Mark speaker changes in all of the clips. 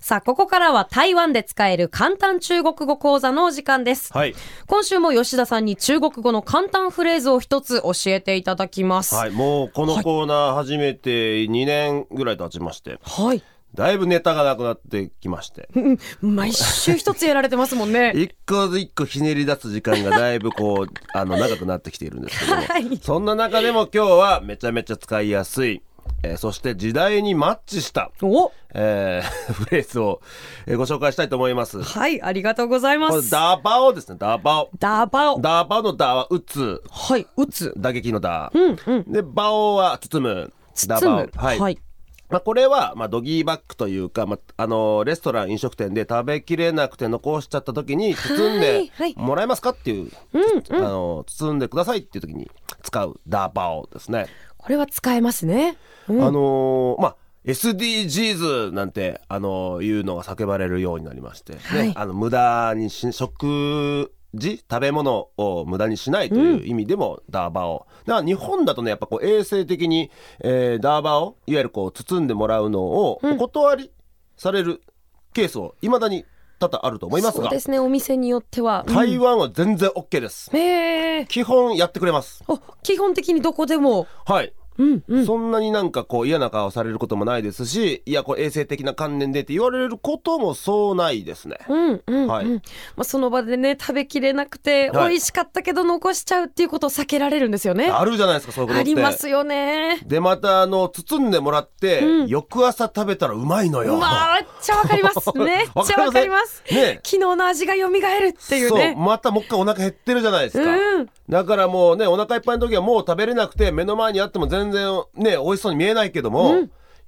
Speaker 1: さあ、ここからは台湾で使える簡単中国語講座のお時間です。
Speaker 2: はい。
Speaker 1: 今週も吉田さんに中国語の簡単フレーズを一つ教えていただきます。
Speaker 2: はい、もうこのコーナー始めて2年ぐらい経ちまして、
Speaker 1: はい。
Speaker 2: だいぶネタがなくなってきまして、
Speaker 1: 毎週一つやられてますもん ね。
Speaker 2: 一個ず一個ひねり出す時間がだいぶこう、 あの、長くなってきているんですけども、
Speaker 1: はい
Speaker 2: そんな中でも今日はめちゃめちゃ使いやすい、えーそして時代にマッチした、
Speaker 1: お
Speaker 2: えー フレーズをえーご紹介したいと思います。こ
Speaker 1: はい、ありがとうございま
Speaker 2: れ
Speaker 1: す。
Speaker 2: ダバオですね、ダバオ。
Speaker 1: ダバオ。
Speaker 2: ダバオのダは打つ、
Speaker 1: はい、打つ。
Speaker 2: 打撃のダ。
Speaker 1: うん、うん。
Speaker 2: で、バオは包む。ダ
Speaker 1: 包
Speaker 2: バオ
Speaker 1: む。はい。
Speaker 2: まあ、これは、まあ、ドギーバッグというか、まああのレストラン飲食店で食べきれなくて残しちゃった時に包んで
Speaker 1: はい
Speaker 2: もらえますかっていう、あの包んでくださいっていう時に使うダーバオですね。
Speaker 1: これは使えますね。うん
Speaker 2: あのーまあ SDGs なんて、あのーいうのが叫ばれるようになりまして、ね
Speaker 1: はい
Speaker 2: あの無駄にし食事食べ物を無駄にしないという意味でも、ダーバオだから日本だとねやっぱこう衛生的に、えーダーバオいわゆるこう包んでもらうのをお断りされるケースをいまだに多々あると思います
Speaker 1: そう
Speaker 2: が、
Speaker 1: ですね、お店によっては。うん
Speaker 2: 台湾は全然 OK です、
Speaker 1: へえ。
Speaker 2: 基本やってくれます
Speaker 1: お、基本的にどこでも。
Speaker 2: はい
Speaker 1: うん、うん。
Speaker 2: そんなになんかこう嫌な顔されることもないですしいやこれ衛生的な観念でって言われることもそうないですね。
Speaker 1: うんうんうん
Speaker 2: はい
Speaker 1: まあ、その場でね食べきれなくて、
Speaker 2: はい
Speaker 1: 美味しかったけど残しちゃうっていうことを避けられるんですよね。あ
Speaker 2: あるじゃないですかそういうことって。
Speaker 1: りますよね。
Speaker 2: でまたあの包んでもらって、
Speaker 1: うん
Speaker 2: 翌朝食べたらうまいの
Speaker 1: う
Speaker 2: よ。
Speaker 1: わーめっちゃわかり ますめっちゃわかります。
Speaker 2: わかりませんね
Speaker 1: 昨日の味が蘇るっていう
Speaker 2: そう
Speaker 1: ね。
Speaker 2: またもう一回お腹減ってるじゃないですか、
Speaker 1: うん
Speaker 2: だからもうねお腹いっぱいの時はもう食べれなくて目の前にあっても全然ね美味しそうに見えないけども、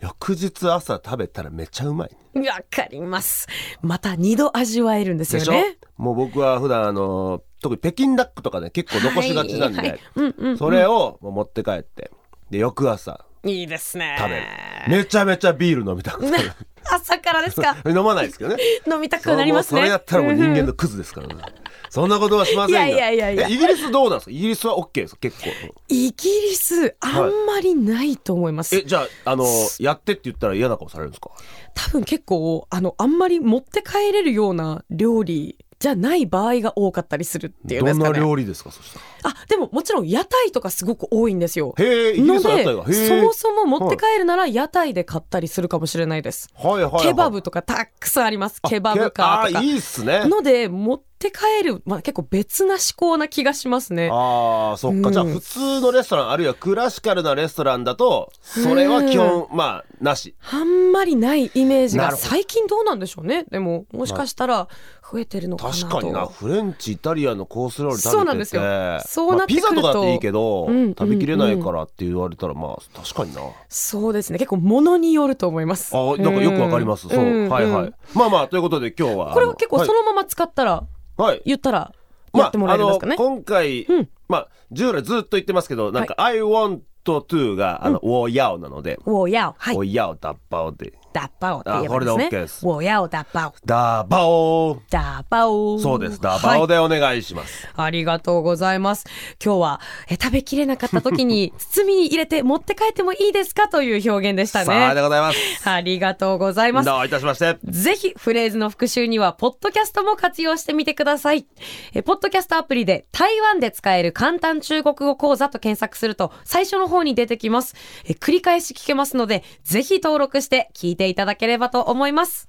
Speaker 2: 翌日朝食べたらめっちゃうまい
Speaker 1: わかります。また二度味わえるんです
Speaker 2: で
Speaker 1: よ
Speaker 2: しょ、
Speaker 1: ね。
Speaker 2: もう僕は普段あの特に北京ダックとかね結構残しがちなんで、
Speaker 1: はいはいうんうん
Speaker 2: それをもう持って帰ってで翌朝
Speaker 1: いいですね。
Speaker 2: 食べる、めちゃめちゃビール飲みたくなる。
Speaker 1: 朝からですか
Speaker 2: 飲まないですけ どね
Speaker 1: 飲みたくなりますね。
Speaker 2: そうもうそれやったらもう人間
Speaker 1: うん
Speaker 2: のクズですからねそんなことはしませんが
Speaker 1: いやいやいやいや
Speaker 2: えイギリスどうなんですかイギリスは OK です結構
Speaker 1: イギリスあんまりないと思います。
Speaker 2: えじゃああのやってって言ったら嫌な顔されるんですか
Speaker 1: 多分結構あのあんまり持って帰れるような料理じゃない場合が多かったりするっていうんで
Speaker 2: ど
Speaker 1: す
Speaker 2: ん
Speaker 1: か
Speaker 2: な
Speaker 1: ね。
Speaker 2: 料理ですかそしたら
Speaker 1: あでももちろん屋台とかすごく多いんですよ。
Speaker 2: へえイギ
Speaker 1: の
Speaker 2: リスはやったりがへ
Speaker 1: で
Speaker 2: え
Speaker 1: そもそも持って帰るなら屋台で買ったりするかもしれないです。
Speaker 2: はいはいはい
Speaker 1: ケバブとかたくさんあります。ケバブカーと
Speaker 2: あ
Speaker 1: か
Speaker 2: い。いっすね
Speaker 1: ので持って帰る、まあ、結構別な思考な気がしますね。
Speaker 2: あーそっか、
Speaker 1: うん
Speaker 2: じゃあ普通のレストランあるいはクラシカルなレストランだとそれは基本、まあなし
Speaker 1: あんまりないイメージ
Speaker 2: な
Speaker 1: が
Speaker 2: るほど
Speaker 1: 最近どうなんでしょうね。でももしかしたら増えてるのかなと。
Speaker 2: 確かになフレンチイタリアのコース料理食べてて
Speaker 1: そうなんですよそうなってくると
Speaker 2: まあ、ピザとかだっていいけど、
Speaker 1: うん
Speaker 2: 食べきれないからって言われたらまあ確かになあ
Speaker 1: そうですね結構ものによると思います
Speaker 2: ーなんかよくわかります、
Speaker 1: ん
Speaker 2: そう、
Speaker 1: ん
Speaker 2: はいは
Speaker 1: う
Speaker 2: い
Speaker 1: ん
Speaker 2: まあまあということで今日は
Speaker 1: これは結構
Speaker 2: あの
Speaker 1: そのまま使ったら、
Speaker 2: はい、はい
Speaker 1: 言ったら
Speaker 2: ま
Speaker 1: や
Speaker 2: あ
Speaker 1: ってもらえるんですかね、
Speaker 2: あの今回、
Speaker 1: うん
Speaker 2: まあ従来ずっと言ってますけどなんか「I want to」が「あのウォーヤオ」なので
Speaker 1: ウォーヤオは
Speaker 2: 「
Speaker 1: い
Speaker 2: ウォーヤオダッバオ」で
Speaker 1: ダッパオって言えばいいです
Speaker 2: あ
Speaker 1: ね
Speaker 2: これで OK です
Speaker 1: ウォーヤオダッパオ
Speaker 2: 「ダーバオー」
Speaker 1: ダッパオ
Speaker 2: そうです。ダバオ
Speaker 1: で、
Speaker 2: でお願いします。
Speaker 1: はいありがとうございます今日はえ食べきれなかった時 に包みに入れて持って帰ってもいいですかという表現でした
Speaker 2: さあで
Speaker 1: ね
Speaker 2: ございます。
Speaker 1: ありがとうございます
Speaker 2: どういたしまして。
Speaker 1: ぜひフレーズの復習にはポッドキャストも活用してみてください。えポッドキャストアプリで台湾で使える簡単中国語講座と検索すると最初の方に出てきます。え繰り返し聞けますのでぜひ登録して聞いていただければと思います。